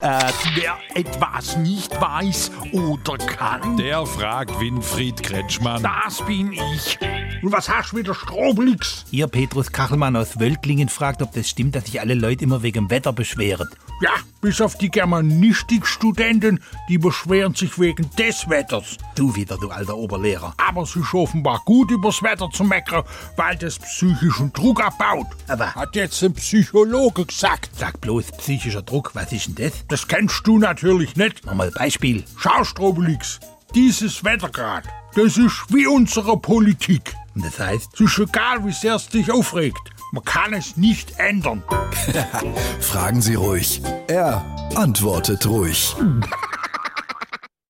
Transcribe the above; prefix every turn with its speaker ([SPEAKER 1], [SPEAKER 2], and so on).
[SPEAKER 1] Äh, wer etwas nicht weiß oder kann,
[SPEAKER 2] Der fragt Winfried Kretschmann.
[SPEAKER 1] das bin ich. Und was hast du wieder Stroblix?
[SPEAKER 3] Ihr Petrus Kachelmann aus Wölklingen fragt, ob das stimmt, dass sich alle Leute immer wegen dem Wetter beschweren.
[SPEAKER 1] Ja, bis auf die Germanistikstudenten, die beschweren sich wegen des Wetters.
[SPEAKER 3] Du wieder, du alter Oberlehrer.
[SPEAKER 1] Aber es ist offenbar gut, übers Wetter zu meckern, weil das psychischen Druck abbaut.
[SPEAKER 3] Aber-
[SPEAKER 1] Hat jetzt ein Psychologe gesagt.
[SPEAKER 3] Sag bloß, psychischer Druck, was ist denn das?
[SPEAKER 1] Das kennst du natürlich nicht.
[SPEAKER 3] Mach mal ein Beispiel.
[SPEAKER 1] Schau, Strobelix, dieses Wettergrad, das ist wie unsere Politik.
[SPEAKER 3] Und das heißt,
[SPEAKER 1] Es ist egal, wie sehr es dich aufregt. Man kann es nicht ändern.
[SPEAKER 4] Fragen Sie ruhig. Er antwortet ruhig.